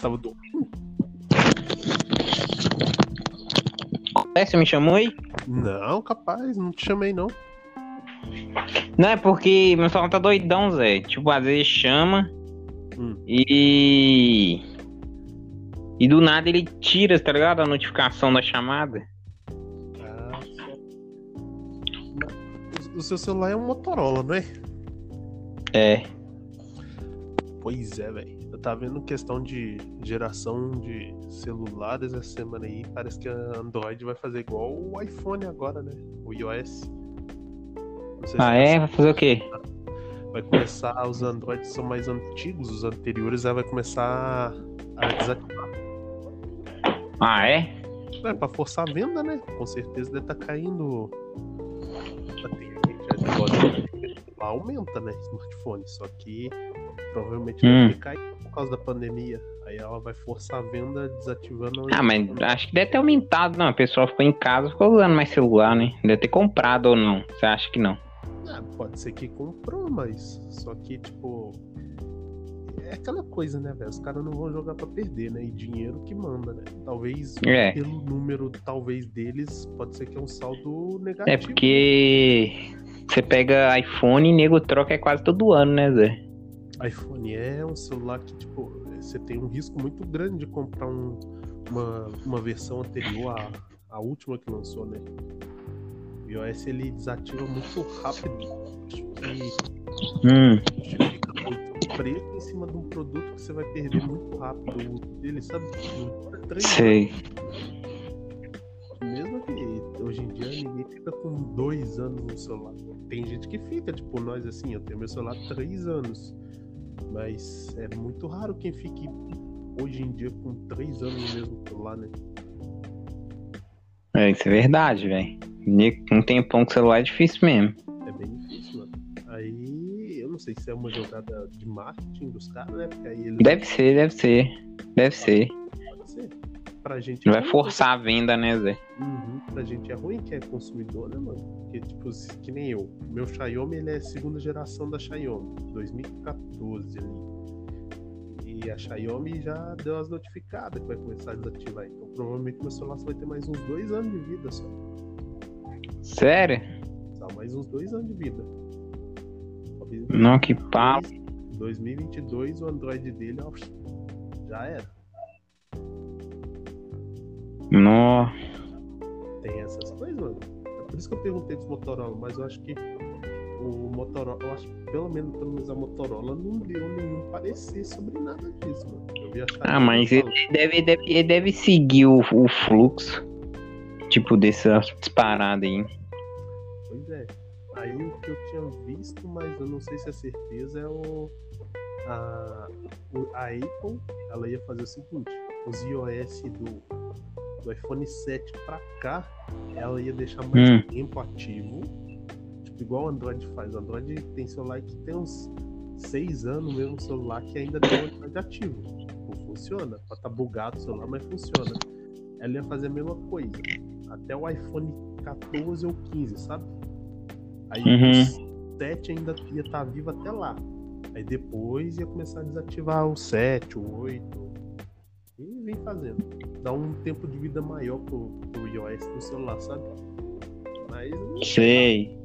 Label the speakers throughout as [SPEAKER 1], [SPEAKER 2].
[SPEAKER 1] tava dormindo?
[SPEAKER 2] É, você me chamou aí?
[SPEAKER 1] Não, capaz, não te chamei não.
[SPEAKER 2] Não, é porque meu celular tá doidão, Zé. Tipo, às vezes chama
[SPEAKER 1] Hum.
[SPEAKER 2] e. E do nada ele tira, tá ligado? A notificação da chamada.
[SPEAKER 1] Ah, o, o seu celular é um Motorola, não é?
[SPEAKER 2] É.
[SPEAKER 1] Pois é, velho. Eu tava vendo questão de geração de celulares essa semana aí. Parece que a Android vai fazer igual o iPhone agora, né? O iOS. Não sei
[SPEAKER 2] Ah, é? Vai fazer o quê?
[SPEAKER 1] Vai começar, os Androids são mais antigos, os anteriores, aí vai começar a desativar.
[SPEAKER 2] Ah, é?
[SPEAKER 1] É, pra forçar a venda, né? Com certeza deve estar tá caindo. Até que a gente pode- Lá aumenta, né? Smartphone. Só que provavelmente
[SPEAKER 2] Hum.
[SPEAKER 1] vai cair por causa da pandemia. Aí ela vai forçar a venda desativando.
[SPEAKER 2] Ah, mas acho que deve ter aumentado, não. A pessoa ficou em casa, ficou usando mais celular, né? Deve ter comprado ou não. Você acha que não?
[SPEAKER 1] Ah, pode ser que comprou, mas. Só que, tipo. É aquela coisa, né, velho? Os caras não vão jogar pra perder, né? E dinheiro que manda, né? Talvez
[SPEAKER 2] É.
[SPEAKER 1] pelo número, talvez, deles, pode ser que é um saldo negativo.
[SPEAKER 2] É porque. Você pega iPhone e nego troca é quase todo ano, né, Zé?
[SPEAKER 1] iPhone é um celular que, tipo, você tem um risco muito grande de comprar um- uma, uma versão anterior à, à última que lançou, né? O iOS ele desativa muito rápido tipo, e
[SPEAKER 2] Hum.
[SPEAKER 1] fica muito preto em cima de um produto que você vai perder muito rápido. O uso dele, sabe? Demora três
[SPEAKER 2] Sei.
[SPEAKER 1] Mesmo que hoje em dia ninguém fica com dois anos no celular. Tem gente que fica, tipo, nós assim, eu tenho meu celular há três anos. Mas é muito raro quem fique hoje em dia com três anos no mesmo celular, né?
[SPEAKER 2] É, isso é verdade, velho. Um tempão com celular é difícil mesmo.
[SPEAKER 1] É bem difícil, mano. Aí eu não sei se é uma jogada de marketing dos caras, né? Porque aí eles
[SPEAKER 2] Deve ser, deve ser. Deve ser.
[SPEAKER 1] pode ser. Pra gente é
[SPEAKER 2] Vai
[SPEAKER 1] ruim,
[SPEAKER 2] forçar a venda, né, Zé?
[SPEAKER 1] Uhum, pra gente é ruim que é consumidor, né, mano? Porque, tipo, se- que nem eu. O meu Xiaomi, ele é segunda geração da Xiaomi, 2014 ali. E a Xiaomi já deu as notificadas que vai começar a desativar. Então, provavelmente meu celular só vai ter mais uns dois anos de vida só.
[SPEAKER 2] Sério?
[SPEAKER 1] Só mais uns dois anos de vida. Talvez
[SPEAKER 2] Não, que pau.
[SPEAKER 1] 2022, o Android dele, ó, já era.
[SPEAKER 2] Nó.
[SPEAKER 1] tem essas coisas, mano. É por isso que eu perguntei dos Motorola, mas eu acho que o Motorola, eu acho que pelo menos, pelo menos a Motorola não deu nenhum parecer sobre nada disso, mano. Eu vi a Xiaomi
[SPEAKER 2] Ah, mas ele
[SPEAKER 1] falando.
[SPEAKER 2] deve, deve, ele deve seguir o, o fluxo. Tipo, dessas paradas aí.
[SPEAKER 1] Pois é. Aí o que eu tinha visto, mas eu não sei se é certeza, é o. A, o- a Apple, ela ia fazer o seguinte: os iOS do, do iPhone 7 pra cá, ela ia deixar mais
[SPEAKER 2] Hum.
[SPEAKER 1] tempo ativo. Tipo, igual o Android faz. O Android tem celular que tem uns 6 anos mesmo, celular que ainda tem o Android ativo. Tipo, funciona. Pode tá bugado o celular, mas funciona. Ela ia fazer a mesma coisa. Até o iPhone 14 ou 15, sabe? Aí o 7 ainda ia estar vivo até lá. Aí depois ia começar a desativar o 7, o 8. E vem fazendo. Dá um tempo de vida maior pro, pro iOS do celular, sabe? Mas
[SPEAKER 2] Sei.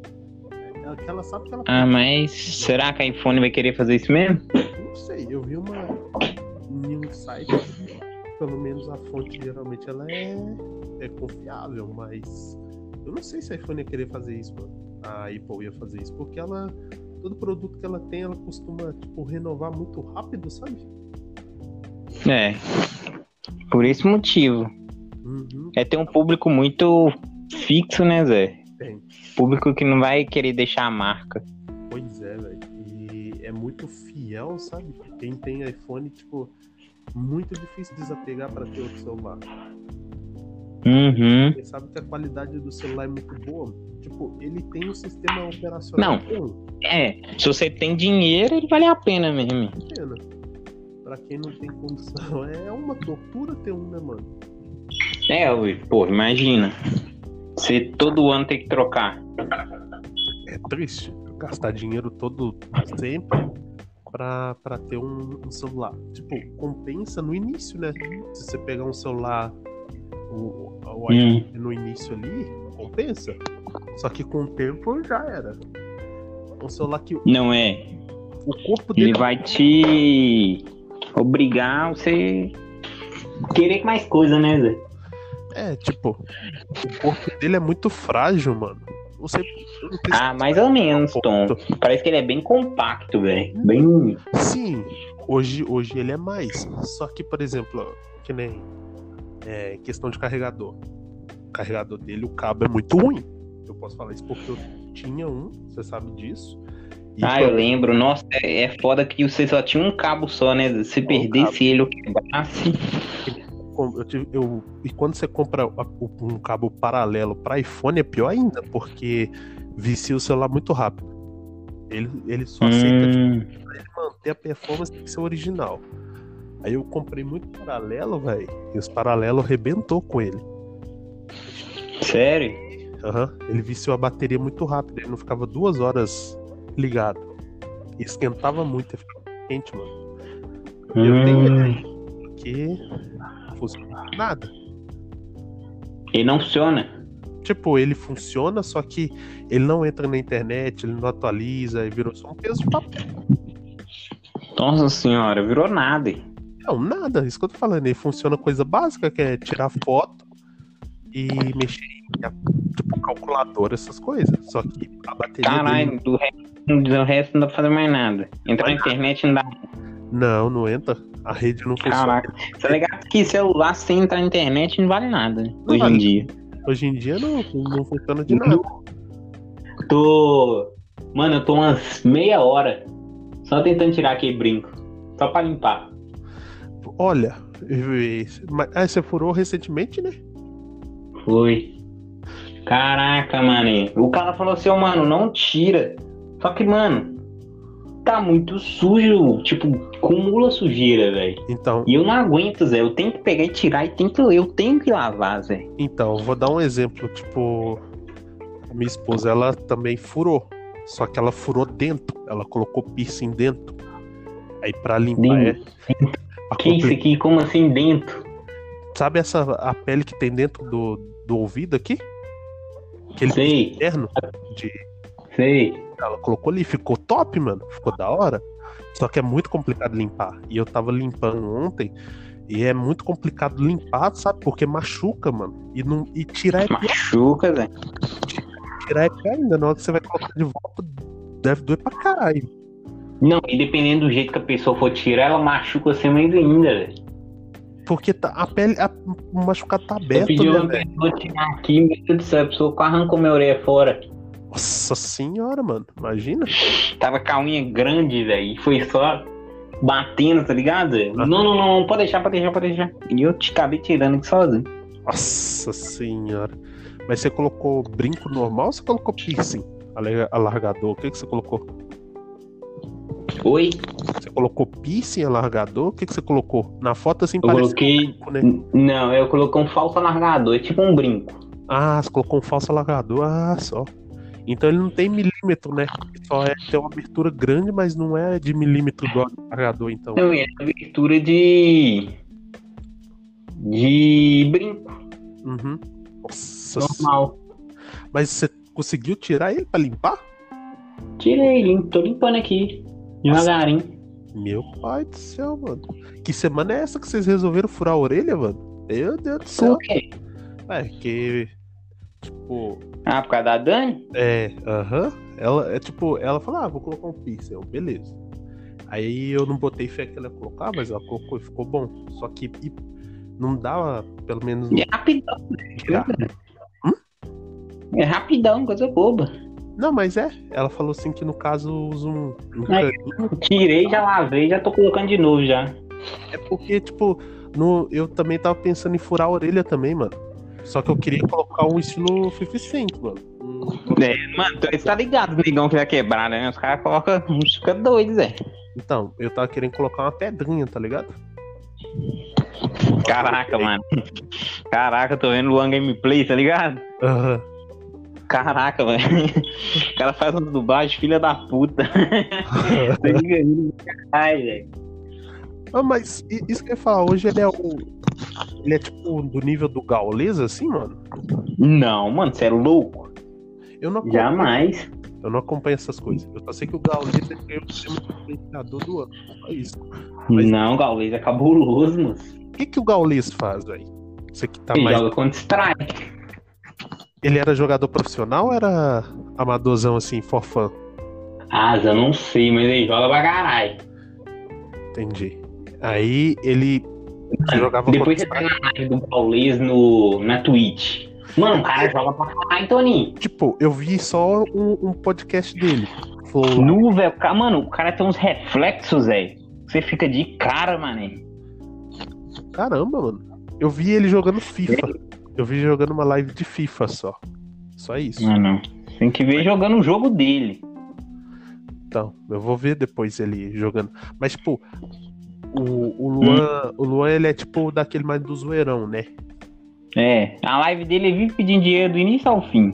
[SPEAKER 1] é aquela sabe que ela
[SPEAKER 2] Ah, mas será que a iPhone vai querer fazer isso mesmo?
[SPEAKER 1] Não sei, eu vi uma em um site, pelo menos a fonte geralmente ela é, é confiável, mas eu não sei se a iPhone ia querer fazer isso, mano. A Apple ia fazer isso, porque ela. Todo produto que ela tem, ela costuma, tipo, renovar muito rápido, sabe?
[SPEAKER 2] É. Por esse motivo.
[SPEAKER 1] Uhum.
[SPEAKER 2] É ter um público muito fixo, né, Zé?
[SPEAKER 1] Tem.
[SPEAKER 2] Público que não vai querer deixar a marca.
[SPEAKER 1] Pois é, velho. E é muito fiel, sabe? Quem tem iPhone, tipo, muito difícil desapegar pra ter outro celular.
[SPEAKER 2] Uhum.
[SPEAKER 1] Você sabe que a qualidade do celular é muito boa. Tipo, ele tem um sistema
[SPEAKER 2] Não.
[SPEAKER 1] operacional bom,
[SPEAKER 2] É, se você tem dinheiro, ele vale a pena mesmo.
[SPEAKER 1] pena. Pra quem não tem condição, é uma tortura ter um, né, mano?
[SPEAKER 2] É, ui, pô, imagina. Você todo ano tem que trocar.
[SPEAKER 1] Tá É triste gastar dinheiro todo sempre pra, pra ter um, um celular. Tipo, compensa no início, né? Se você pegar um celular o, o
[SPEAKER 2] Hum.
[SPEAKER 1] iPhone no início ali, compensa. Só que com o tempo já era. Um celular que o
[SPEAKER 2] Não é.
[SPEAKER 1] corpo dele
[SPEAKER 2] Ele vai te obrigar a você querer mais coisa, né, Zé?
[SPEAKER 1] É, tipo, o corpo dele é muito frágil, mano. Não sei. eu não sei se-
[SPEAKER 2] Ah, mais ou menos, Tom. Parece que ele é bem compacto, velho. Bem.
[SPEAKER 1] Sim, hoje, hoje ele é mais. Só que, por exemplo, ó, que nem é, questão de carregador. O carregador dele, o cabo é muito ruim. Eu posso falar isso porque eu tinha um, você sabe disso. E
[SPEAKER 2] Ah, eu lembro. Nossa, é, é foda que você só tinha um cabo só, né? Zé? Se perdesse ele ou quebrasse.
[SPEAKER 1] com- eu tive- eu- e quando você compra a- o- um cabo paralelo para iPhone é pior ainda, porque vicia o celular muito rápido. Ele, ele só aceita
[SPEAKER 2] Hum,
[SPEAKER 1] manter a performance tem que ser original. Aí eu comprei muito paralelo, velho, e os paralelos arrebentou com ele.
[SPEAKER 2] sério?
[SPEAKER 1] Aham. Ele viciou a bateria muito rápido, ele não ficava duas horas ligado. E esquentava muito, ele ficava quente, mano. E eu tenho ele
[SPEAKER 2] Hum,
[SPEAKER 1] aí, porque não funciona nada.
[SPEAKER 2] ele não funciona.
[SPEAKER 1] Tipo, ele funciona, só que ele não entra na internet, ele não atualiza, e virou só um peso de papel.
[SPEAKER 2] Nossa senhora, virou nada.
[SPEAKER 1] Não, nada, isso que eu tô falando. Ele funciona coisa básica, que é tirar foto e mexer em tipo, calculadora, essas coisas. Só que a bateria. dele-
[SPEAKER 2] Caralho, do resto, do resto não dá pra fazer mais nada. Entrar na internet não dá.
[SPEAKER 1] Não, não entra. A rede não funciona.
[SPEAKER 2] Caraca. Tá ligado que celular sem entrar na internet não vale nada né? hoje
[SPEAKER 1] vale.
[SPEAKER 2] em dia.
[SPEAKER 1] Hoje em dia não, não funciona de nada.
[SPEAKER 2] Tô. Mano, eu tô umas meia hora só tentando tirar aquele brinco. Só pra limpar.
[SPEAKER 1] Olha, e- mas- ah, você furou recentemente, né?
[SPEAKER 2] Foi. Caraca, mano. O cara falou assim, ó, mano, não tira. Só que, mano, tá muito sujo. Tipo, cumula sujeira, velho.
[SPEAKER 1] Então,
[SPEAKER 2] E eu não aguento, Zé. Eu tenho que pegar e tirar e tenho que, eu tenho que lavar, Zé.
[SPEAKER 1] então, eu vou dar um exemplo. Tipo, a minha esposa, ela também furou. Só que ela furou dentro. Ela colocou piercing dentro. Aí pra limpar é.
[SPEAKER 2] Dentro.
[SPEAKER 1] pra
[SPEAKER 2] Que isso aqui? Como assim dentro?
[SPEAKER 1] Sabe essa a pele que tem dentro do, do ouvido aqui? Aquele
[SPEAKER 2] Sei,
[SPEAKER 1] interno? De,
[SPEAKER 2] sei.
[SPEAKER 1] ela colocou ali, ficou top, mano. Ficou da hora. Só que é muito complicado limpar. E eu tava limpando ontem. E é muito complicado limpar, sabe? Porque machuca, mano. E, não, e tirar, é,
[SPEAKER 2] Machuca, Zé.
[SPEAKER 1] tirar é pior ainda. Na hora que você vai colocar de volta, deve doer pra caralho.
[SPEAKER 2] Não, e dependendo do jeito que a pessoa for tirar, ela machuca você mais ainda, velho.
[SPEAKER 1] Porque tá, a pele, a- o machucado tá
[SPEAKER 2] Eu
[SPEAKER 1] aberto,
[SPEAKER 2] pedi
[SPEAKER 1] né,
[SPEAKER 2] uma
[SPEAKER 1] velho?
[SPEAKER 2] pessoa tirar aqui, meu Deus do céu, a pessoa arrancou minha orelha fora.
[SPEAKER 1] Nossa senhora, mano. Imagina.
[SPEAKER 2] Tava com a unha grande, velho, e foi só batendo, tá ligado?
[SPEAKER 1] Ah.
[SPEAKER 2] Zé? Não, não, não, não, pode deixar, pode deixar, pode deixar. E eu te acabei tirando aqui sozinho.
[SPEAKER 1] Nossa senhora. Mas você colocou brinco normal ou você colocou piercing? Ale- Alargador? O que, que você colocou?
[SPEAKER 2] Oi?
[SPEAKER 1] Você colocou piercing alargador? O que, que você colocou? Na foto assim
[SPEAKER 2] Eu
[SPEAKER 1] parece
[SPEAKER 2] coloquei.
[SPEAKER 1] brinco, né?
[SPEAKER 2] N- Não, eu coloquei um falso alargador, é tipo um brinco.
[SPEAKER 1] Ah, você colocou um falso alargador. Ah, só. Então ele não tem milímetro, né? Só é tem uma abertura grande, mas não é de milímetro igual ao alargador, então.
[SPEAKER 2] Não, e é a abertura de. de brinco
[SPEAKER 1] Uhum. Nossa.
[SPEAKER 2] normal.
[SPEAKER 1] Mas você conseguiu tirar ele pra limpar?
[SPEAKER 2] Tirei, limpo, tô limpando aqui. Devagarinho.
[SPEAKER 1] Meu pai do céu, mano. Que semana é essa que vocês resolveram furar a orelha, mano? Meu Deus do céu.
[SPEAKER 2] Por quê?
[SPEAKER 1] É, que. Tipo.
[SPEAKER 2] Ah, por causa da Dani?
[SPEAKER 1] É, aham. Ela é tipo, ela fala, ah, vou colocar um pincel, beleza. Aí eu não botei fé que ela ia colocar, mas ela colocou e ficou bom. Só que e, não dá, pelo menos, não
[SPEAKER 2] É rapidão, né?
[SPEAKER 1] tirar.
[SPEAKER 2] É rapidão, coisa boba.
[SPEAKER 1] Não, mas é. Ela falou assim que no caso usa um. um
[SPEAKER 2] Ai.
[SPEAKER 1] caninho.
[SPEAKER 2] Tirei, já lavei, já tô colocando de novo já.
[SPEAKER 1] É porque, tipo, no, eu também tava pensando em furar a orelha também, mano. Só que eu queria colocar um estilo 50 Cent, mano. Um-
[SPEAKER 2] É, mano, você tá ligado, negão que vai quebrar, né? Os caras colocam, fica doido, Zé.
[SPEAKER 1] Então, eu tava querendo colocar uma pedrinha, tá ligado?
[SPEAKER 2] Caraca, mano. Caraca, eu tô vendo o Luan Gameplay, tá ligado?
[SPEAKER 1] Aham.
[SPEAKER 2] Caraca, velho. O cara faz uma dublagem, filha da puta. Você liga aí, Caralho, velho.
[SPEAKER 1] Ah, mas i- isso que eu ia falar, hoje ele é o. Ele é tipo do nível do Gaules, assim, mano?
[SPEAKER 2] Não, mano, você é louco.
[SPEAKER 1] Eu não acompanho,
[SPEAKER 2] Jamais.
[SPEAKER 1] eu não acompanho essas coisas. Eu só sei que o Gaules ele ganhou o prêmio de influenciador do ano. Só isso. Mas-
[SPEAKER 2] Não, Gaules é cabuloso, mano.
[SPEAKER 1] O que, que o Gaules faz, velho? Você que tá
[SPEAKER 2] Ele
[SPEAKER 1] mais.
[SPEAKER 2] joga contra strike.
[SPEAKER 1] Ele era jogador profissional ou era amadorzão assim, forfã?
[SPEAKER 2] Asa, Ah, não sei, mas ele joga pra caralho.
[SPEAKER 1] Entendi. Aí ele jogava
[SPEAKER 2] Depois você
[SPEAKER 1] contra-
[SPEAKER 2] tá na live do Gaules no, na Twitch. Mano, o cara joga pra caralho, Toninho.
[SPEAKER 1] Tipo, eu vi só um, um podcast dele. Falou,
[SPEAKER 2] Nu, velho. o cara- Mano, o cara tem uns reflexos, velho. Você fica de cara, mano.
[SPEAKER 1] Caramba, mano. Eu vi ele jogando FIFA. Eu vi jogando uma live de FIFA só. Só isso.
[SPEAKER 2] Ah, não. Tem que ver jogando o jogo dele.
[SPEAKER 1] Então, eu vou ver depois ele jogando. Mas, tipo, o, o
[SPEAKER 2] Hum.
[SPEAKER 1] Luan, o Luan, ele é tipo daquele mais do zoeirão, né?
[SPEAKER 2] É, a live dele vive pedindo dinheiro do início ao fim.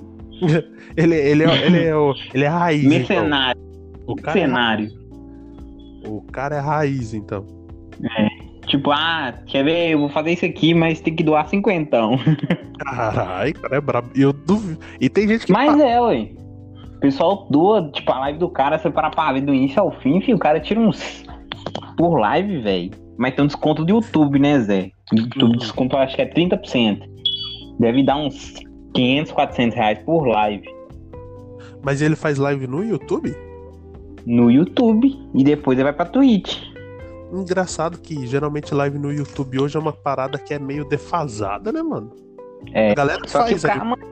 [SPEAKER 1] Ele, ele, é, ele, é, o, ele é raiz. Então.
[SPEAKER 2] Mercenário,
[SPEAKER 1] O, cara é, ra-
[SPEAKER 2] mercenário.
[SPEAKER 1] o cara é raiz, então.
[SPEAKER 2] Tipo, ah, quer ver? Eu vou fazer isso aqui, mas tem que doar cinquentão.
[SPEAKER 1] Caralho, o cara é brabo. E Eu duvido. E tem gente que.
[SPEAKER 2] Mas é, ué. O pessoal doa, tipo, a live do cara, você para pra ver do início ao fim, filho, o cara tira uns. Por live, velho. Mas tem um desconto do YouTube, né, Zé? O YouTube
[SPEAKER 1] Uhum.
[SPEAKER 2] desconto, eu acho que é 30%. Deve dar uns 500, 400 reais por live.
[SPEAKER 1] Mas ele faz live no YouTube?
[SPEAKER 2] No YouTube. E depois ele vai pra Twitch.
[SPEAKER 1] Engraçado que geralmente live no YouTube hoje é uma parada que é meio defasada, né, mano?
[SPEAKER 2] É,
[SPEAKER 1] A galera que
[SPEAKER 2] Só que o
[SPEAKER 1] faz
[SPEAKER 2] cara,
[SPEAKER 1] ali.
[SPEAKER 2] mano,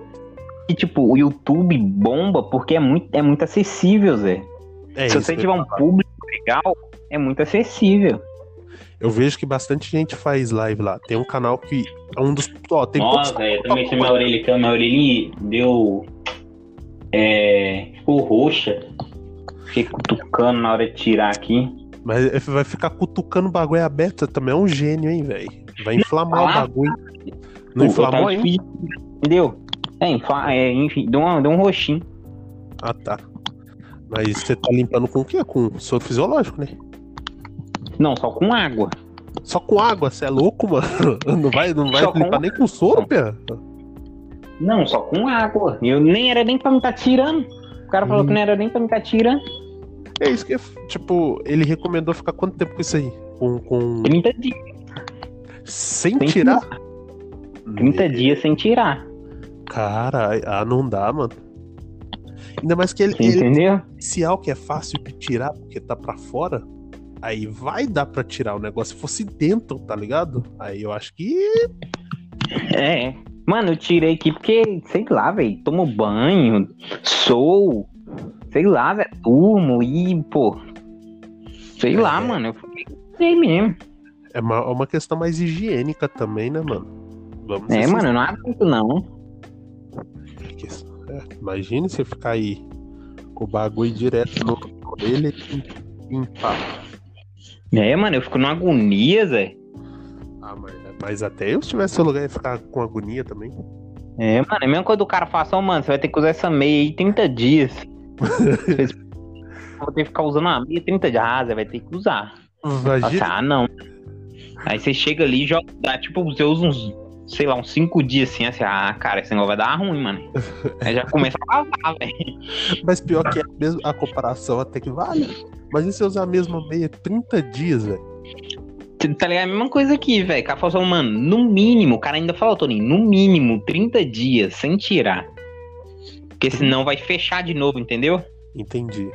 [SPEAKER 2] e, tipo, o YouTube bomba porque é muito, é muito acessível, Zé.
[SPEAKER 1] É
[SPEAKER 2] Se
[SPEAKER 1] isso,
[SPEAKER 2] você
[SPEAKER 1] né?
[SPEAKER 2] tiver um público legal, é muito acessível.
[SPEAKER 1] Eu vejo que bastante gente faz live lá. Tem um canal que é um dos. Ó, tem poucos.
[SPEAKER 2] velho, é, eu
[SPEAKER 1] também tinha minha
[SPEAKER 2] orelha aqui, minha orelha deu. É. Ficou roxa. Fiquei cutucando na hora de tirar aqui.
[SPEAKER 1] Mas ele vai ficar cutucando o bagulho aberto. Você também é um gênio, hein, velho? Vai inflamar o
[SPEAKER 2] falar-
[SPEAKER 1] bagulho. Não inflamou ainda?
[SPEAKER 2] tá Entendeu? É, infla- é, enfim, deu, uma- deu um roxinho.
[SPEAKER 1] Ah, tá. Mas você tá limpando com o quê? Com soro fisiológico, né?
[SPEAKER 2] Não, só com água.
[SPEAKER 1] Só com água, você é louco, mano. Não vai, não vai
[SPEAKER 2] Só com-
[SPEAKER 1] limpar nem com soro, pia.
[SPEAKER 2] Não, só com água. Eu nem era nem pra me tá tirando. O cara falou
[SPEAKER 1] Hum.
[SPEAKER 2] que não era nem pra me tá tirando.
[SPEAKER 1] É isso que, é- tipo, ele recomendou ficar quanto tempo com isso aí? Com, com...
[SPEAKER 2] 30 dias.
[SPEAKER 1] Sem
[SPEAKER 2] Sem
[SPEAKER 1] tirar?
[SPEAKER 2] 30 dias sem tirar.
[SPEAKER 1] Cara, ah, não dá, mano. Ainda mais que ele,
[SPEAKER 2] Você
[SPEAKER 1] ele
[SPEAKER 2] entendeu?
[SPEAKER 1] é inicial que é fácil de tirar porque tá pra fora. Aí vai dar pra tirar o negócio se fosse dentro, tá ligado? Aí eu acho que.
[SPEAKER 2] É. Mano, eu tirei aqui porque, sei lá, velho, tomo banho, sou, sei lá, velho, durmo e, pô. Sei lá,
[SPEAKER 1] É.
[SPEAKER 2] mano, eu fiquei sei mesmo.
[SPEAKER 1] É uma, é uma questão mais higiênica também, né, mano? Vamos
[SPEAKER 2] É,
[SPEAKER 1] ser
[SPEAKER 2] mano, eu não aguento, não.
[SPEAKER 1] sinceros. É, Imagina você ficar aí com o bagulho direto no orelha e limpar.
[SPEAKER 2] É, mano, eu fico numa agonia, Zé.
[SPEAKER 1] Ah, mas, mas até eu se tivesse no lugar ia ficar com agonia também.
[SPEAKER 2] É, mano, é a mesma coisa do cara falar, só, mano, você vai ter que usar essa meia aí 30 dias. Vocês- Vou ter que ficar usando a meia 30 dias, ah, Zé, vai ter que usar. Nossa,
[SPEAKER 1] Imagina.
[SPEAKER 2] ah, não. Aí você chega ali e joga, dá, tipo, você usa uns, sei lá, uns cinco dias assim, assim, ah, cara, esse negócio vai dar ruim, mano. Aí já começa a lavar, velho.
[SPEAKER 1] Mas pior que é mesmo, a comparação até que vale. Imagina se eu usar a mesma meia 30 dias, velho.
[SPEAKER 2] Tá ligado? É a mesma coisa aqui, velho. O cara falou assim, mano, no mínimo, o cara ainda falou, Toninho, no mínimo 30 dias sem tirar. Porque senão vai fechar de novo, entendeu?
[SPEAKER 1] Entendi.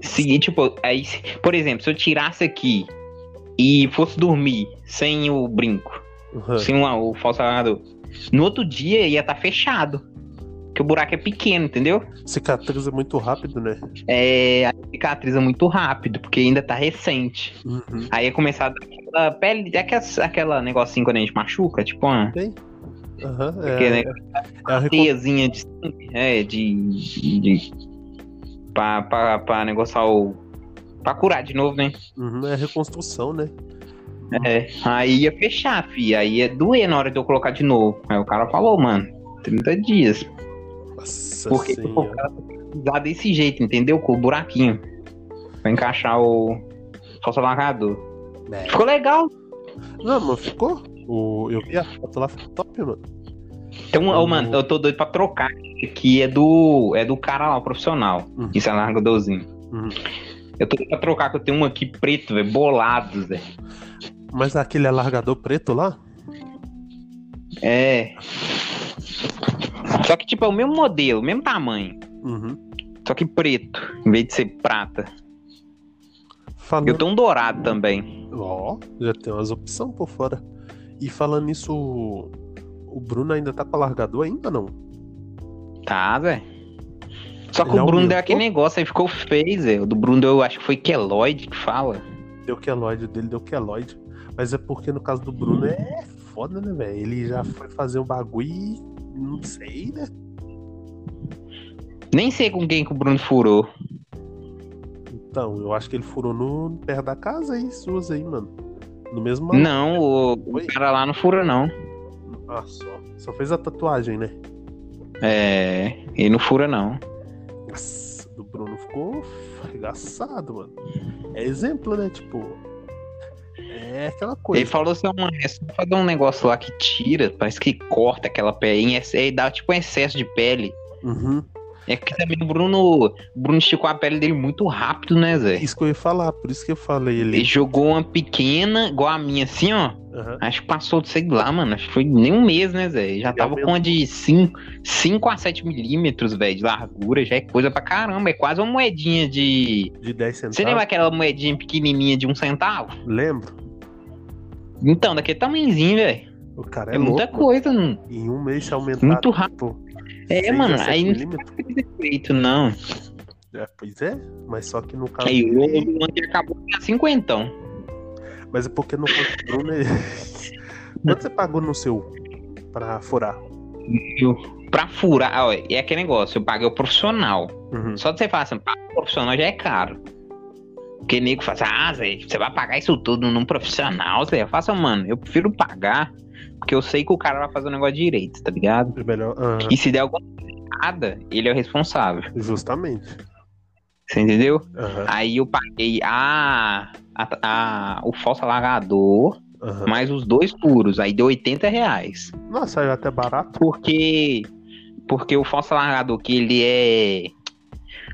[SPEAKER 2] Se, tipo, aí, se- por exemplo, se eu tirasse aqui e fosse dormir sem o brinco,
[SPEAKER 1] Uhum.
[SPEAKER 2] sem o, o falso alargador. No outro dia ia estar fechado. Porque o buraco é pequeno, entendeu?
[SPEAKER 1] Cicatriza muito rápido, né?
[SPEAKER 2] É, a cicatriza muito rápido, porque ainda tá recente.
[SPEAKER 1] Uhum.
[SPEAKER 2] Aí ia começar a dar aquela pele, aquela, aquela negocinho quando a gente machuca, tipo uma
[SPEAKER 1] Aham,
[SPEAKER 2] Porque, né,
[SPEAKER 1] é, é a reco-
[SPEAKER 2] teiazinha de sangue, é, de. de pra, pra, pra negociar o. pra curar de novo, né?
[SPEAKER 1] Uhum, é a reconstrução, né?
[SPEAKER 2] É, aí ia fechar, fi. Aí ia doer na hora de eu colocar de novo. Aí o cara falou, mano, 30 dias.
[SPEAKER 1] Nossa
[SPEAKER 2] Porque pô, o
[SPEAKER 1] senhora.
[SPEAKER 2] cara usar desse jeito, entendeu? Com o buraquinho. Pra encaixar o falso alargador.
[SPEAKER 1] É.
[SPEAKER 2] Ficou legal.
[SPEAKER 1] Não, mas ficou? O, eu vi a foto lá, ficou top, mano.
[SPEAKER 2] Tem um, ô,
[SPEAKER 1] Uhum.
[SPEAKER 2] mano, eu tô doido pra trocar. Esse aqui é do, é do cara lá, o profissional.
[SPEAKER 1] Uhum.
[SPEAKER 2] Esse alargadorzinho.
[SPEAKER 1] Uhum.
[SPEAKER 2] Eu tô doido pra trocar, que eu tenho um aqui preto, velho. Bolado, velho.
[SPEAKER 1] Mas aquele alargador preto lá?
[SPEAKER 2] É. Só que, tipo, é o mesmo modelo, o mesmo tamanho.
[SPEAKER 1] Uhum.
[SPEAKER 2] Só que preto, em vez de ser prata. Eu
[SPEAKER 1] Falando...
[SPEAKER 2] tenho um dourado também.
[SPEAKER 1] Ó, já tem umas opções por fora. E falando nisso, o o Bruno ainda tá com alargador ainda não?
[SPEAKER 2] Tá, velho. Só que
[SPEAKER 1] Ele
[SPEAKER 2] o Bruno
[SPEAKER 1] aumentou?
[SPEAKER 2] deu aquele negócio, aí ficou feio, Zé. O do Bruno, eu acho que foi queloide que fala.
[SPEAKER 1] Deu queloide, o dele deu queloide. Mas é porque no caso do Bruno é foda, né, velho? Ele
[SPEAKER 2] Uhum.
[SPEAKER 1] já foi fazer um bagulho e não sei, né?
[SPEAKER 2] Nem sei com quem que o Bruno furou.
[SPEAKER 1] Então, eu acho que ele furou no perto da casa aí, suas aí, mano. No mesmo
[SPEAKER 2] Não, o, o
[SPEAKER 1] Oi?
[SPEAKER 2] cara lá não fura, não.
[SPEAKER 1] Ah, só. Só fez a tatuagem, né?
[SPEAKER 2] É, ele não fura, não.
[SPEAKER 1] Nossa, do Bruno ficou arregaçado, mano. É exemplo, né? Tipo. É aquela
[SPEAKER 2] Ele
[SPEAKER 1] coisa.
[SPEAKER 2] falou assim, mano, é só fazer um negócio lá que tira, parece que corta aquela pele, e dá tipo um excesso de pele.
[SPEAKER 1] Uhum.
[SPEAKER 2] É que também o Bruno, o Bruno esticou a pele dele muito rápido, né, Zé?
[SPEAKER 1] Isso que eu ia falar, por isso que eu falei
[SPEAKER 2] Ele
[SPEAKER 1] ele.
[SPEAKER 2] jogou uma pequena, igual a minha, assim, ó.
[SPEAKER 1] Aham.
[SPEAKER 2] Acho que passou, de sei lá, mano. Acho que foi nem um mês, né, Zé? Já
[SPEAKER 1] Ele
[SPEAKER 2] tava
[SPEAKER 1] aumentou.
[SPEAKER 2] com uma de 5, 5 a 7 milímetros, velho, de largura. Já é coisa pra caramba. É quase uma moedinha de.
[SPEAKER 1] De 10 centavos.
[SPEAKER 2] Você lembra aquela moedinha pequenininha de um centavo?
[SPEAKER 1] Lembro.
[SPEAKER 2] Então, daquele tamanhozinho, velho.
[SPEAKER 1] O cara
[SPEAKER 2] É,
[SPEAKER 1] é,
[SPEAKER 2] muita
[SPEAKER 1] louco.
[SPEAKER 2] coisa, não.
[SPEAKER 1] Em um mês se aumentar.
[SPEAKER 2] Muito rápido.
[SPEAKER 1] Tipo,
[SPEAKER 2] É,
[SPEAKER 1] seis
[SPEAKER 2] mano.
[SPEAKER 1] a sete
[SPEAKER 2] Aí não
[SPEAKER 1] milímetros.
[SPEAKER 2] tem defeito, não.
[SPEAKER 1] É, pois é, mas só que no caso.
[SPEAKER 2] Aí né? o
[SPEAKER 1] dele-
[SPEAKER 2] Luan acabou com 50.
[SPEAKER 1] Mas é porque no caso do Bruno. ele- Quanto você pagou no seu pra furar?
[SPEAKER 2] Eu- Pra furar, ó, é aquele negócio, eu paguei o profissional.
[SPEAKER 1] Uhum.
[SPEAKER 2] Só de você falar assim, paga o profissional já é caro. Porque nego fala assim, ah, Zé, você vai pagar isso tudo num profissional, Zé. Eu faço, mano, eu prefiro pagar, porque eu sei que o cara vai fazer o negócio direito, tá ligado?
[SPEAKER 1] É melhor. aham,
[SPEAKER 2] E se der alguma errada, ele é o responsável,
[SPEAKER 1] Justamente.
[SPEAKER 2] você entendeu?
[SPEAKER 1] Aham,
[SPEAKER 2] Aí eu paguei a, a- a- o falso alargador,
[SPEAKER 1] aham.
[SPEAKER 2] mais os dois puros, aí deu 80 reais.
[SPEAKER 1] Nossa, é até barato.
[SPEAKER 2] Porque. Porque o falso alargador que ele é.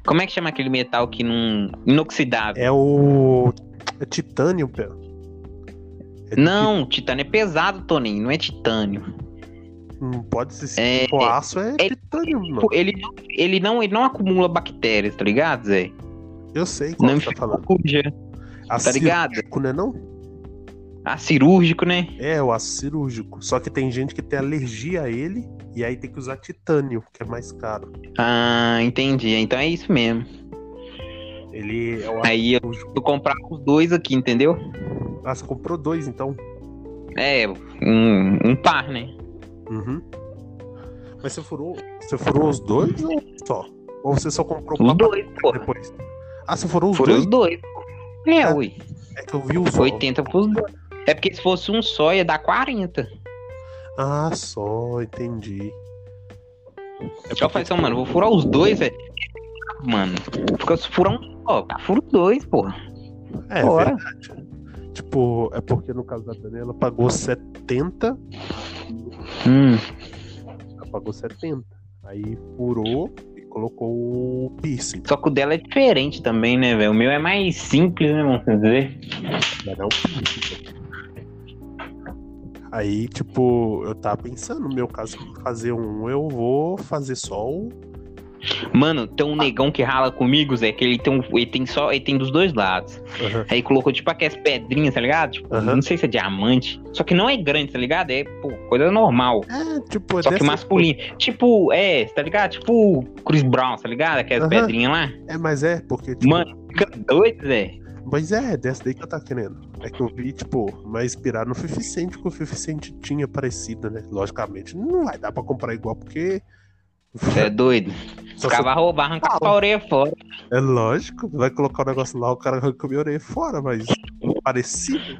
[SPEAKER 2] Como é que chama aquele metal que não. inoxidável?
[SPEAKER 1] É o. É titânio, pé. É
[SPEAKER 2] Não, titânio é pesado, Toninho, não é titânio.
[SPEAKER 1] ti- Não pode se. se
[SPEAKER 2] É,
[SPEAKER 1] for aço é,
[SPEAKER 2] é-
[SPEAKER 1] titânio, mano.
[SPEAKER 2] Pô, Ele não, ele, não, ele não acumula bactérias, tá ligado, Zé?
[SPEAKER 1] Eu sei qual
[SPEAKER 2] Não
[SPEAKER 1] você tá falando.
[SPEAKER 2] cuja, tá ligado?
[SPEAKER 1] Acirúrgico, né, não?
[SPEAKER 2] A cirúrgico, né?
[SPEAKER 1] É, o aço cirúrgico. Só que tem gente que tem alergia a ele e aí tem que usar titânio, que é mais caro.
[SPEAKER 2] Ah, entendi. Então é isso mesmo.
[SPEAKER 1] Ele é o aço
[SPEAKER 2] Aí eu
[SPEAKER 1] cirúrgico.
[SPEAKER 2] vou comprar os dois aqui, entendeu?
[SPEAKER 1] Ah, você comprou dois, então.
[SPEAKER 2] É, um, um par, né?
[SPEAKER 1] Uhum. Mas você furou. Você furou os dois ou só? Ou você só comprou
[SPEAKER 2] Os
[SPEAKER 1] pra-
[SPEAKER 2] dois, porra.
[SPEAKER 1] depois? Ah, você furou os
[SPEAKER 2] Foram os
[SPEAKER 1] dois?
[SPEAKER 2] dois. É,
[SPEAKER 1] Ah,
[SPEAKER 2] ui.
[SPEAKER 1] É que eu vi os
[SPEAKER 2] 80 pros dois. É porque se fosse um só, ia dar
[SPEAKER 1] É
[SPEAKER 2] 40.
[SPEAKER 1] Ah, só, entendi. É
[SPEAKER 2] Só falei assim, mano, vou furar os dois, velho. Mano, porque se furar um só, furo dois, porra.
[SPEAKER 1] É,
[SPEAKER 2] Bora.
[SPEAKER 1] verdade. Tipo, é porque no caso da Daniela, ela pagou 70.
[SPEAKER 2] Hum,
[SPEAKER 1] Ela pagou 70. Aí furou e colocou o piercing.
[SPEAKER 2] só que o dela é diferente também, né, velho? O meu é mais simples, né, vamos dizer.
[SPEAKER 1] Mas não é um piercing. Aí, tipo, eu tava pensando, no meu caso, fazer um, eu vou fazer só o.
[SPEAKER 2] Mano, tem um negão que rala comigo, Zé, que ele tem, um- ele tem só, ele tem dos dois lados.
[SPEAKER 1] Aham.
[SPEAKER 2] Aí colocou tipo aquelas pedrinhas, tá ligado? Tipo,
[SPEAKER 1] Aham.
[SPEAKER 2] não sei se é diamante. Só que não é grande, tá ligado? É, pô, coisa normal.
[SPEAKER 1] É, tipo, é
[SPEAKER 2] Só que
[SPEAKER 1] dessa-
[SPEAKER 2] masculino. Tipo, é, tá ligado? Tipo Chris Brown, tá ligado? Aquelas
[SPEAKER 1] Aham.
[SPEAKER 2] pedrinhas lá.
[SPEAKER 1] É, mas é, porque, tipo.
[SPEAKER 2] Mano, fica doido, Zé.
[SPEAKER 1] Mas é, dessa daí que eu tava querendo. É que eu vi, tipo, mas inspirado no 50 Cent, que o 50 Cent tinha parecida, né? Logicamente, não vai dar pra comprar igual, porque.
[SPEAKER 2] Você é doido. Os
[SPEAKER 1] Só Ah,
[SPEAKER 2] caras vão roubar, arrancar a orelha fora.
[SPEAKER 1] se- É lógico, vai colocar o negócio lá, o cara arranca minha orelha fora, mas parecido,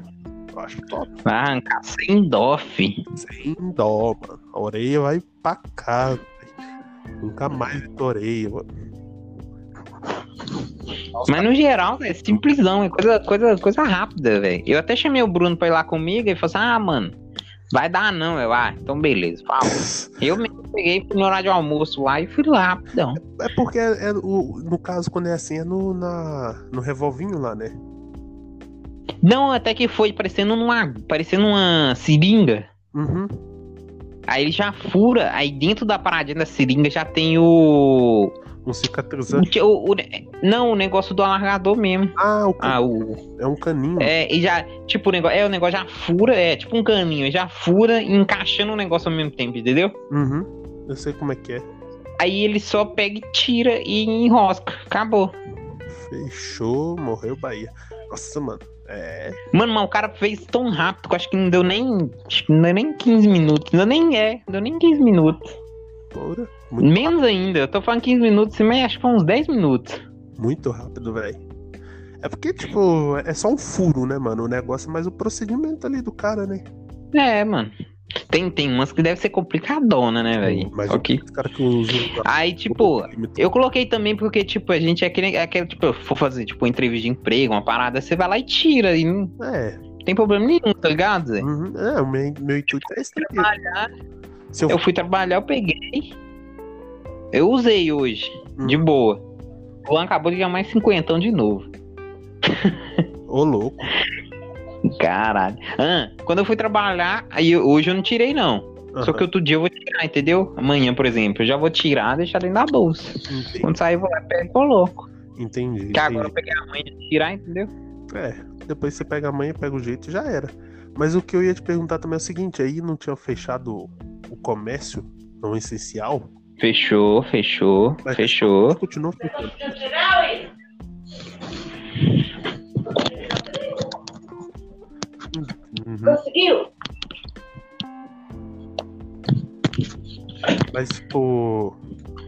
[SPEAKER 1] eu acho top.
[SPEAKER 2] Vai arrancar sem dó, fi.
[SPEAKER 1] Sem dó, mano. A orelha vai pra cá. velho. Nunca mais vitorei, mano.
[SPEAKER 2] Mas no geral, velho, é simplesão, é coisa, coisa, coisa rápida, velho. Eu até chamei o Bruno pra ir lá comigo e ele falou assim: ah, mano, vai dar não, eu, ah, então beleza, fala. eu mesmo peguei fui no horário de almoço lá e fui lá rapidão.
[SPEAKER 1] É porque é, é o, no caso, quando é assim, é no, na, no revolvinho lá, né?
[SPEAKER 2] Não, até que foi parecendo uma, parecendo uma seringa.
[SPEAKER 1] Uhum.
[SPEAKER 2] Aí ele já fura, aí dentro da paradinha da seringa já tem o.
[SPEAKER 1] Um cicatrizante.
[SPEAKER 2] o que- o- o- não, o negócio do alargador mesmo.
[SPEAKER 1] Ah, o can-
[SPEAKER 2] Ah, o.
[SPEAKER 1] é um caninho.
[SPEAKER 2] É, e já. Tipo, o negócio. É, o negócio já fura, é, tipo um caninho, já fura e encaixando o negócio ao mesmo tempo, entendeu?
[SPEAKER 1] Uhum. Eu sei como é que é.
[SPEAKER 2] Aí ele só pega e tira e enrosca. Acabou.
[SPEAKER 1] Fechou, morreu Bahia. Nossa, mano. É.
[SPEAKER 2] Mano, mas o cara fez tão rápido que eu acho que não deu nem. Acho que não deu nem 15 minutos. Não deu nem é, não deu nem 15 minutos.
[SPEAKER 1] Porra, muito,
[SPEAKER 2] Menos ainda. Eu tô falando 15 minutos, mas acho que foi uns 10 minutos.
[SPEAKER 1] muito rápido, velho. É porque, tipo, é só um furo, né, mano? O negócio é mais o procedimento ali do cara, né?
[SPEAKER 2] É, mano. Tem, tem umas que deve ser complicadona, né, velho?
[SPEAKER 1] Mas
[SPEAKER 2] Ok.
[SPEAKER 1] os caras que usam.
[SPEAKER 2] Aí, tipo, eu coloquei também porque, tipo, a gente é aquele, é aquele tipo, eu for fazer, tipo, entrevista de emprego, uma parada, você vai lá e tira, e não
[SPEAKER 1] É,
[SPEAKER 2] tem problema nenhum, tá ligado? Zé?
[SPEAKER 1] uhum, é o meu, meu intuito é esse aqui.
[SPEAKER 2] Trabalhar,
[SPEAKER 1] Se eu,
[SPEAKER 2] eu fui trabalhar, eu peguei. Eu usei hoje, de boa. Hum. O Luan acabou de ganhar mais 50 de novo.
[SPEAKER 1] Ô, louco.
[SPEAKER 2] Caralho. Ah, quando eu fui trabalhar, aí eu- hoje eu não tirei, não. Só
[SPEAKER 1] Aham,
[SPEAKER 2] que outro dia eu vou tirar, entendeu? Amanhã, por exemplo, eu já vou tirar, deixar dentro da bolsa.
[SPEAKER 1] entendi,
[SPEAKER 2] Quando sair, eu vou lá, pego e coloco.
[SPEAKER 1] entendi.
[SPEAKER 2] Que agora eu
[SPEAKER 1] entendi.
[SPEAKER 2] peguei a mãe de tirar, entendeu?
[SPEAKER 1] É, depois você pega a manha, pega o jeito e já era. Mas o que eu ia te perguntar também é o seguinte: aí não tinha fechado o comércio não essencial?
[SPEAKER 2] Fechou, fechou,
[SPEAKER 1] Mas-
[SPEAKER 2] fechou.
[SPEAKER 1] Continuou funcionando. Uhum.
[SPEAKER 3] Conseguiu?
[SPEAKER 1] Mas, tipo,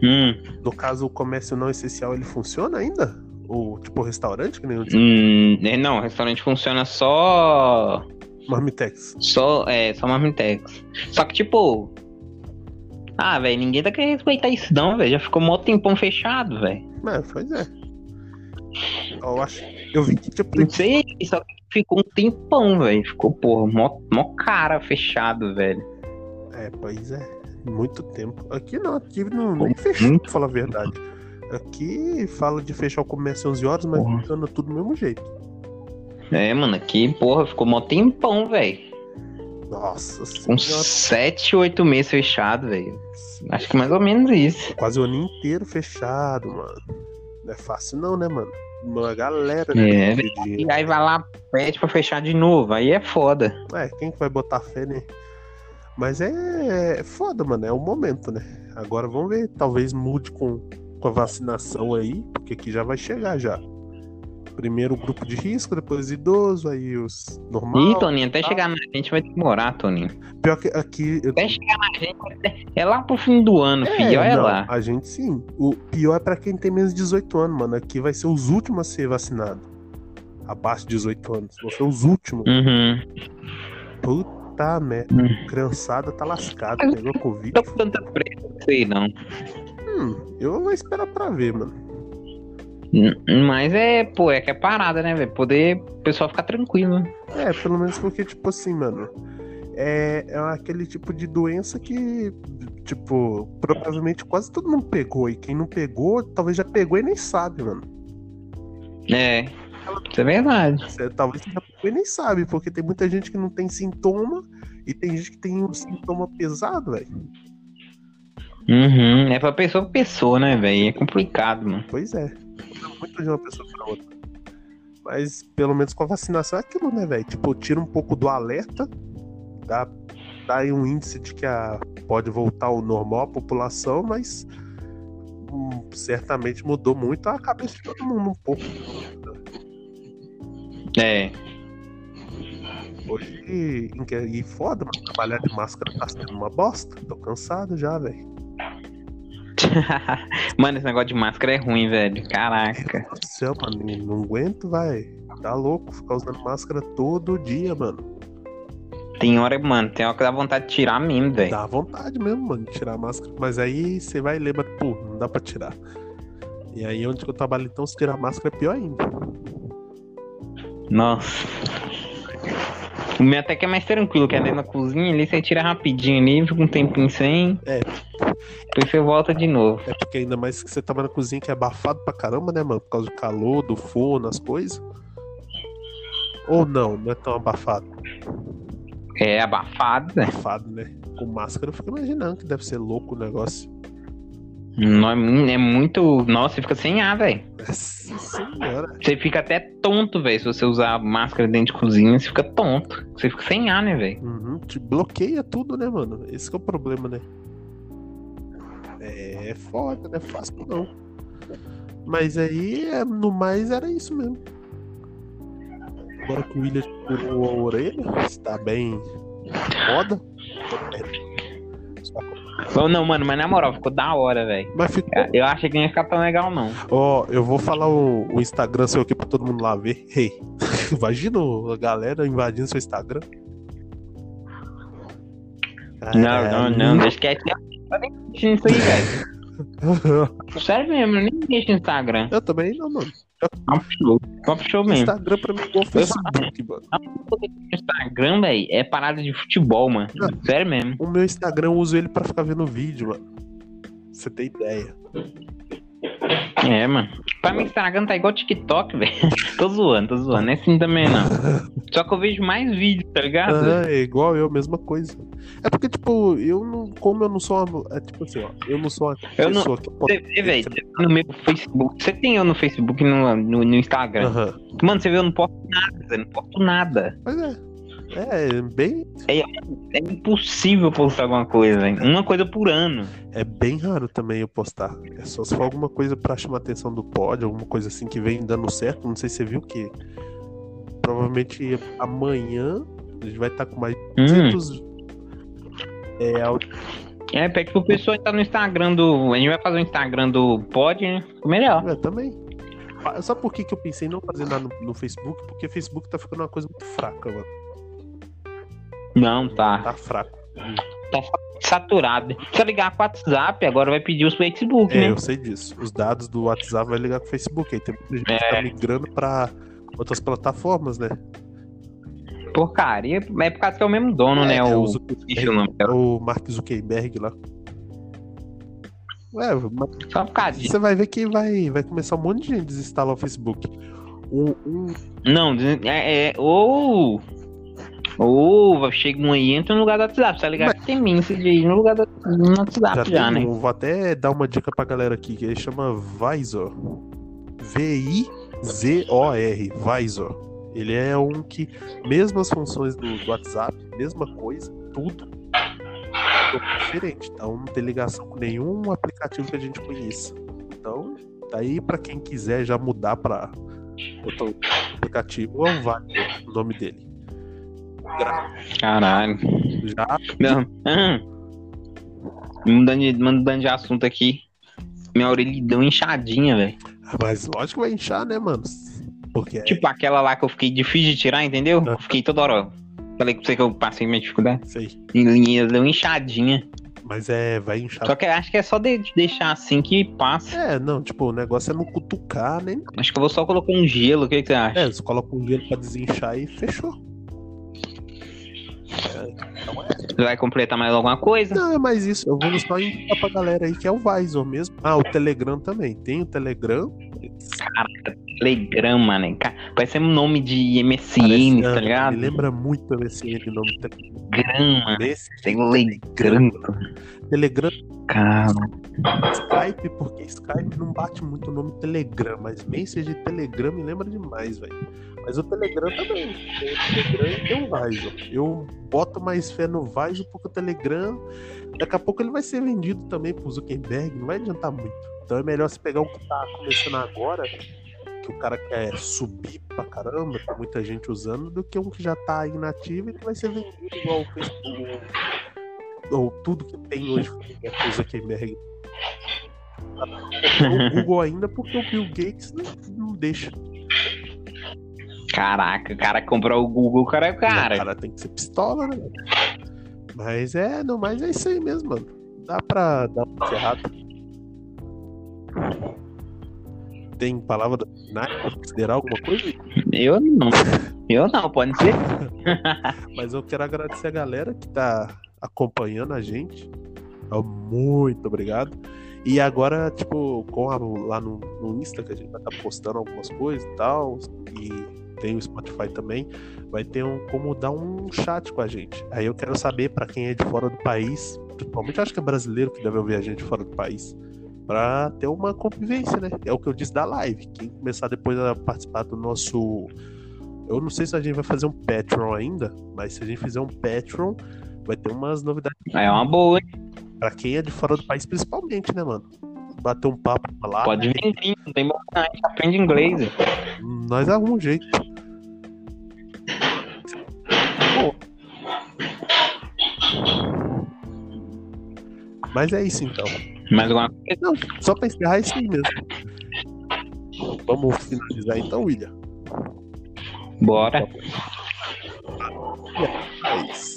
[SPEAKER 2] Hum,
[SPEAKER 1] no caso, o comércio não essencial ele funciona ainda? Ou, tipo, restaurante, que nem o
[SPEAKER 2] hum, é, não, o restaurante funciona só.
[SPEAKER 1] Marmitex?
[SPEAKER 2] Só, é, só marmitex. Só que, tipo. Ah, velho, ninguém tá querendo respeitar isso, não, velho. Já ficou mó tempão fechado, velho.
[SPEAKER 1] É, pois é. Eu acho. Eu vi que, tipo,
[SPEAKER 2] Não sei, só que ficou um tempão, velho. Ficou, porra, mó, mó cara fechado, velho.
[SPEAKER 1] É, pois é. Muito tempo. Aqui não, aqui não, nem fechou, pra falar a verdade. Aqui fala de fechar o comércio às 11 horas, mas
[SPEAKER 2] Porra.
[SPEAKER 1] funciona tudo do mesmo jeito.
[SPEAKER 2] É, mano, aqui, porra, ficou mó tempão, velho.
[SPEAKER 1] Nossa
[SPEAKER 2] Com
[SPEAKER 1] senhora.
[SPEAKER 2] sete, oito meses fechado, velho. Acho que mais ou menos isso.
[SPEAKER 1] Quase o ano inteiro fechado, mano. Não é fácil não, né, mano? Uma galera,
[SPEAKER 2] É,
[SPEAKER 1] né? de dinheiro.
[SPEAKER 2] E aí vai lá, pede pra fechar de novo. Aí é foda.
[SPEAKER 1] É, quem que vai botar fé, né? Mas é, é foda, mano. É o momento, né? Agora vamos ver. Talvez mude com, com a vacinação aí, porque aqui já vai chegar já. Primeiro o grupo de risco, depois idoso, aí os
[SPEAKER 2] Ih,
[SPEAKER 1] normal.
[SPEAKER 2] Toninho, até chegar na gente vai demorar, Toninho.
[SPEAKER 1] Pior que aqui. eu-
[SPEAKER 2] Até chegar na gente vai ter- é lá pro fim do ano, filho. Olha
[SPEAKER 1] É, não,
[SPEAKER 2] é lá.
[SPEAKER 1] A gente sim. O pior é pra quem tem menos de 18 anos, mano. Aqui vai ser os últimos a ser vacinado. Abaixo de 18 anos. Vão ser os últimos.
[SPEAKER 2] Uhum.
[SPEAKER 1] Puta merda.
[SPEAKER 2] Hum. Então,
[SPEAKER 1] Criançada tá lascada, pegou Covid.
[SPEAKER 2] Tô com tanta pressa, não sei não.
[SPEAKER 1] Hum, eu vou esperar pra ver, mano.
[SPEAKER 2] N- Mas é, pô, é que é parada, né, velho? Poder o pessoal ficar tranquilo. né?
[SPEAKER 1] É, pelo menos porque, tipo assim, mano. É, é aquele tipo de doença que, tipo, provavelmente quase todo mundo pegou. E quem não pegou, talvez já pegou e nem sabe, mano.
[SPEAKER 2] É. Isso é verdade.
[SPEAKER 1] Cê- Talvez já pegou e nem sabe, porque tem muita gente que não tem sintoma e tem gente que tem um sintoma pesado, velho.
[SPEAKER 2] Uhum. É pra pessoa pra pessoa, né, velho? É complicado, mano.
[SPEAKER 1] Pois é. Muda Muito de uma pessoa pra outra. Mas pelo menos com a vacinação é aquilo, né, velho? Tipo, tira um pouco do alerta, dá, dá aí um índice de que a, pode voltar ao normal a população, mas hum, certamente mudou muito a cabeça de todo mundo um pouco.
[SPEAKER 2] É.
[SPEAKER 1] Hoje, em que- e foda, mano, trabalhar de máscara tá sendo uma bosta. Tô cansado já, velho.
[SPEAKER 2] mano, esse negócio de máscara é ruim, velho. Caraca.
[SPEAKER 1] Meu Deus do céu, mano, não aguento, vai. Tá louco ficar usando máscara todo dia, mano.
[SPEAKER 2] Tem hora, mano, tem hora que dá vontade de tirar mesmo, velho.
[SPEAKER 1] Dá vontade mesmo, mano, de tirar a máscara. Mas aí você vai e lembra, pô, não dá pra tirar. E aí onde que eu trabalho, então, se tirar a máscara é pior ainda.
[SPEAKER 2] Nossa. O meu até que é mais tranquilo, que é dentro da cozinha ali, você tira rapidinho ali, fica um tempinho sem.
[SPEAKER 1] É.
[SPEAKER 2] Depois você volta de novo.
[SPEAKER 1] É porque ainda mais que você tava na cozinha que é abafado pra caramba, né, mano? Por causa do calor, do forno, as coisas. Ou não, não é tão abafado.
[SPEAKER 2] É abafado, né?
[SPEAKER 1] Abafado, né? Com máscara eu fico imaginando que deve ser louco o negócio.
[SPEAKER 2] Não é, mu- é muito. Nossa, você fica sem ar, velho.
[SPEAKER 1] Nossa senhora.
[SPEAKER 2] Você fica até tonto, velho. Se você usar máscara dentro de cozinha, você fica tonto. Você fica sem ar, né, velho?
[SPEAKER 1] Uhum, te bloqueia tudo, né, mano? Esse que é o problema, né? É foda, não é fácil não. Mas aí, é, no mais, era isso mesmo. Agora que o William curou a orelha, está bem foda.
[SPEAKER 2] Ou não, mano, mas na moral, ficou da hora, velho.
[SPEAKER 1] Mas ficou.
[SPEAKER 2] Eu achei que não ia ficar tão legal, não.
[SPEAKER 1] Ó, eu vou falar o, o Instagram seu aqui pra todo mundo lá ver. Hey, imagina a galera invadindo seu Instagram. É,
[SPEAKER 2] Não, não, não, deixa quieto. Eu nem mexo nisso aí, velho.
[SPEAKER 1] não.
[SPEAKER 2] Sério mesmo, eu nem mexo no Instagram.
[SPEAKER 1] Eu também não, mano.
[SPEAKER 2] Top show. Top show mesmo.
[SPEAKER 1] Instagram pra mim é igual Facebook, mano.
[SPEAKER 2] Instagram, velho, é parada de futebol, mano. Sério mesmo.
[SPEAKER 1] O meu Instagram eu uso ele pra ficar vendo vídeo, mano. Você tem ideia.
[SPEAKER 2] É, mano. Pra mim, Instagram tá igual TikTok, velho. tô zoando, tô zoando. Não é assim também, não. Só que eu vejo mais vídeo, tá ligado?
[SPEAKER 1] Ah, é igual eu, mesma coisa. É porque, tipo, eu não. Como eu não sou uma. É tipo assim, ó. Eu não sou uma
[SPEAKER 2] Eu não-
[SPEAKER 1] pessoa que pode.
[SPEAKER 2] Você vê, velho, você tá no meu Facebook. Você tem eu no Facebook e no, no, no Instagram.
[SPEAKER 1] Aham.
[SPEAKER 2] Mano, você vê, eu não posto nada, eu não posto nada.
[SPEAKER 1] Mas é. É, bem.
[SPEAKER 2] É impossível postar alguma coisa, velho. Uma coisa por ano.
[SPEAKER 1] É bem raro também eu postar. É só se for alguma coisa pra chamar a atenção do pod, alguma coisa assim que vem dando certo. Não sei se você viu que provavelmente amanhã a gente vai estar com mais
[SPEAKER 2] Hum.
[SPEAKER 1] 200 é, au-
[SPEAKER 2] É, pede pro pessoal que tá no Instagram do. A gente vai fazer o Instagram do Pod, né? Ficou melhor.
[SPEAKER 1] É, também. Ah, Sabe por que, que eu pensei em não fazer nada no, no Facebook? Porque o Facebook tá ficando uma coisa muito fraca, mano.
[SPEAKER 2] Não, tá.
[SPEAKER 1] Tá fraco.
[SPEAKER 2] Saturado. Se eu ligar com o WhatsApp, agora vai pedir os Facebook,
[SPEAKER 1] É,
[SPEAKER 2] né?
[SPEAKER 1] eu sei disso. Os dados do WhatsApp vai ligar com o Facebook. Aí tem muita gente que tá migrando pra outras plataformas, né?
[SPEAKER 2] Porcaria. É por causa que é o mesmo dono, né?
[SPEAKER 1] eu
[SPEAKER 2] o...
[SPEAKER 1] uso
[SPEAKER 2] Esqueci o nome.
[SPEAKER 1] É o Mark Zuckerberg lá. Ué, mas
[SPEAKER 2] Só por causa disso.
[SPEAKER 1] você vai ver que vai, vai começar um monte de gente desinstalar o Facebook. Um, um-
[SPEAKER 2] Não, é. é ou. Ou chega um aí e entra no lugar do WhatsApp. Se eu ligar tem mim, se liga no lugar do no WhatsApp
[SPEAKER 1] já
[SPEAKER 2] já,
[SPEAKER 1] tem
[SPEAKER 2] né?
[SPEAKER 1] um- Vou até dar uma dica pra galera aqui, que ele chama Visor. V-I-Z-O-R. Visor. Ele é um que, mesmo as funções do, do WhatsApp, mesma coisa, tudo é diferente. Então não tem ligação com nenhum aplicativo que a gente conheça. Então, daí pra quem quiser já mudar pra
[SPEAKER 2] um.
[SPEAKER 1] outro aplicativo, é o Visor, o nome dele.
[SPEAKER 2] Caralho.
[SPEAKER 1] Já
[SPEAKER 2] Não. Ah. Mudando de, mudando de assunto aqui. Minha orelha deu uma inchadinha, velho.
[SPEAKER 1] Mas lógico que vai inchar, né, mano? Porque é
[SPEAKER 2] Tipo aquela lá que eu fiquei difícil de tirar, entendeu? Eu fiquei toda hora. Falei pra você que eu passei minha dificuldade.
[SPEAKER 1] isso aí.
[SPEAKER 2] E ela deu uma inchadinha.
[SPEAKER 1] Mas é, vai inchar.
[SPEAKER 2] Só que eu acho que é só de, deixar assim que passa.
[SPEAKER 1] É, não, tipo, o negócio é não cutucar, nem.
[SPEAKER 2] Acho que eu vou só colocar um gelo, o que, que você acha?
[SPEAKER 1] É, você coloca um gelo pra desinchar e fechou.
[SPEAKER 2] Vai completar mais alguma coisa?
[SPEAKER 1] Não, é mais isso. Eu vou só indicar pra galera aí que é o Visor mesmo. Ah, o Telegram também. Tem o Telegram.
[SPEAKER 2] Telegram, mano. Ca- Parece um nome de
[SPEAKER 1] Parece-
[SPEAKER 2] MSN,
[SPEAKER 1] ah,
[SPEAKER 2] tá ligado? Ah.
[SPEAKER 1] Me lembra muito esse nome do Telegram.
[SPEAKER 2] Telegram, mano.
[SPEAKER 1] Desse
[SPEAKER 2] Telegram.
[SPEAKER 1] Telegram
[SPEAKER 2] Cara.
[SPEAKER 1] Skype, porque Skype não bate muito o nome Telegram, mas Message e Telegram me lembra demais, velho. Mas o Telegram também. Tem o Telegram e tem o Vaiso. Eu boto mais fé no Vaiso porque o Telegram, daqui a pouco ele vai ser vendido também pro Zuckerberg, não vai adiantar muito. Então é melhor você pegar um que tá começando agora, que o cara quer subir pra caramba, tem muita gente usando, do que um que já tá inativo e que vai ser vendido igual o Facebook. Ou tudo que tem hoje é pro Zuckerberg o Google ainda porque o Bill Gates não, não deixa.
[SPEAKER 2] Caraca, o cara comprou o Google, o cara é o
[SPEAKER 1] O
[SPEAKER 2] cara.
[SPEAKER 1] cara tem que ser pistola, né? velho? Mas é, não, mas é isso aí mesmo, mano. Dá pra dar um encerrado. Tem palavra na considerar alguma coisa?
[SPEAKER 2] Eu não. Eu não, pode ser.
[SPEAKER 1] Mas eu quero agradecer a galera que tá acompanhando a gente. Ó, Muito obrigado. E agora, tipo, com a- lá no, no Insta que a gente vai estar postando algumas coisas e tal. E tem o Spotify também. Vai ter um como dar um chat com a gente. Aí eu quero saber pra quem é de fora do país, principalmente acho que é brasileiro que deve ouvir a gente fora do país. Pra ter uma convivência, né? É o que eu disse da live. Quem começar depois a participar do nosso eu não sei se a gente vai fazer um Patreon ainda, mas se a gente fizer um Patreon, vai ter umas novidades
[SPEAKER 2] É uma boa, hein?
[SPEAKER 1] pra quem é de fora do país, principalmente, né, mano? Bater um papo pra lá.
[SPEAKER 2] Pode vir, sim, não tem problema, não. aprende inglês. velho.
[SPEAKER 1] Nós arrumamos um jeito. Bom. Mas é isso então.
[SPEAKER 2] Mais alguma coisa?
[SPEAKER 1] Não, só pra encerrar é isso aí mesmo. Vamos finalizar então, William.
[SPEAKER 2] Bora.
[SPEAKER 1] É isso.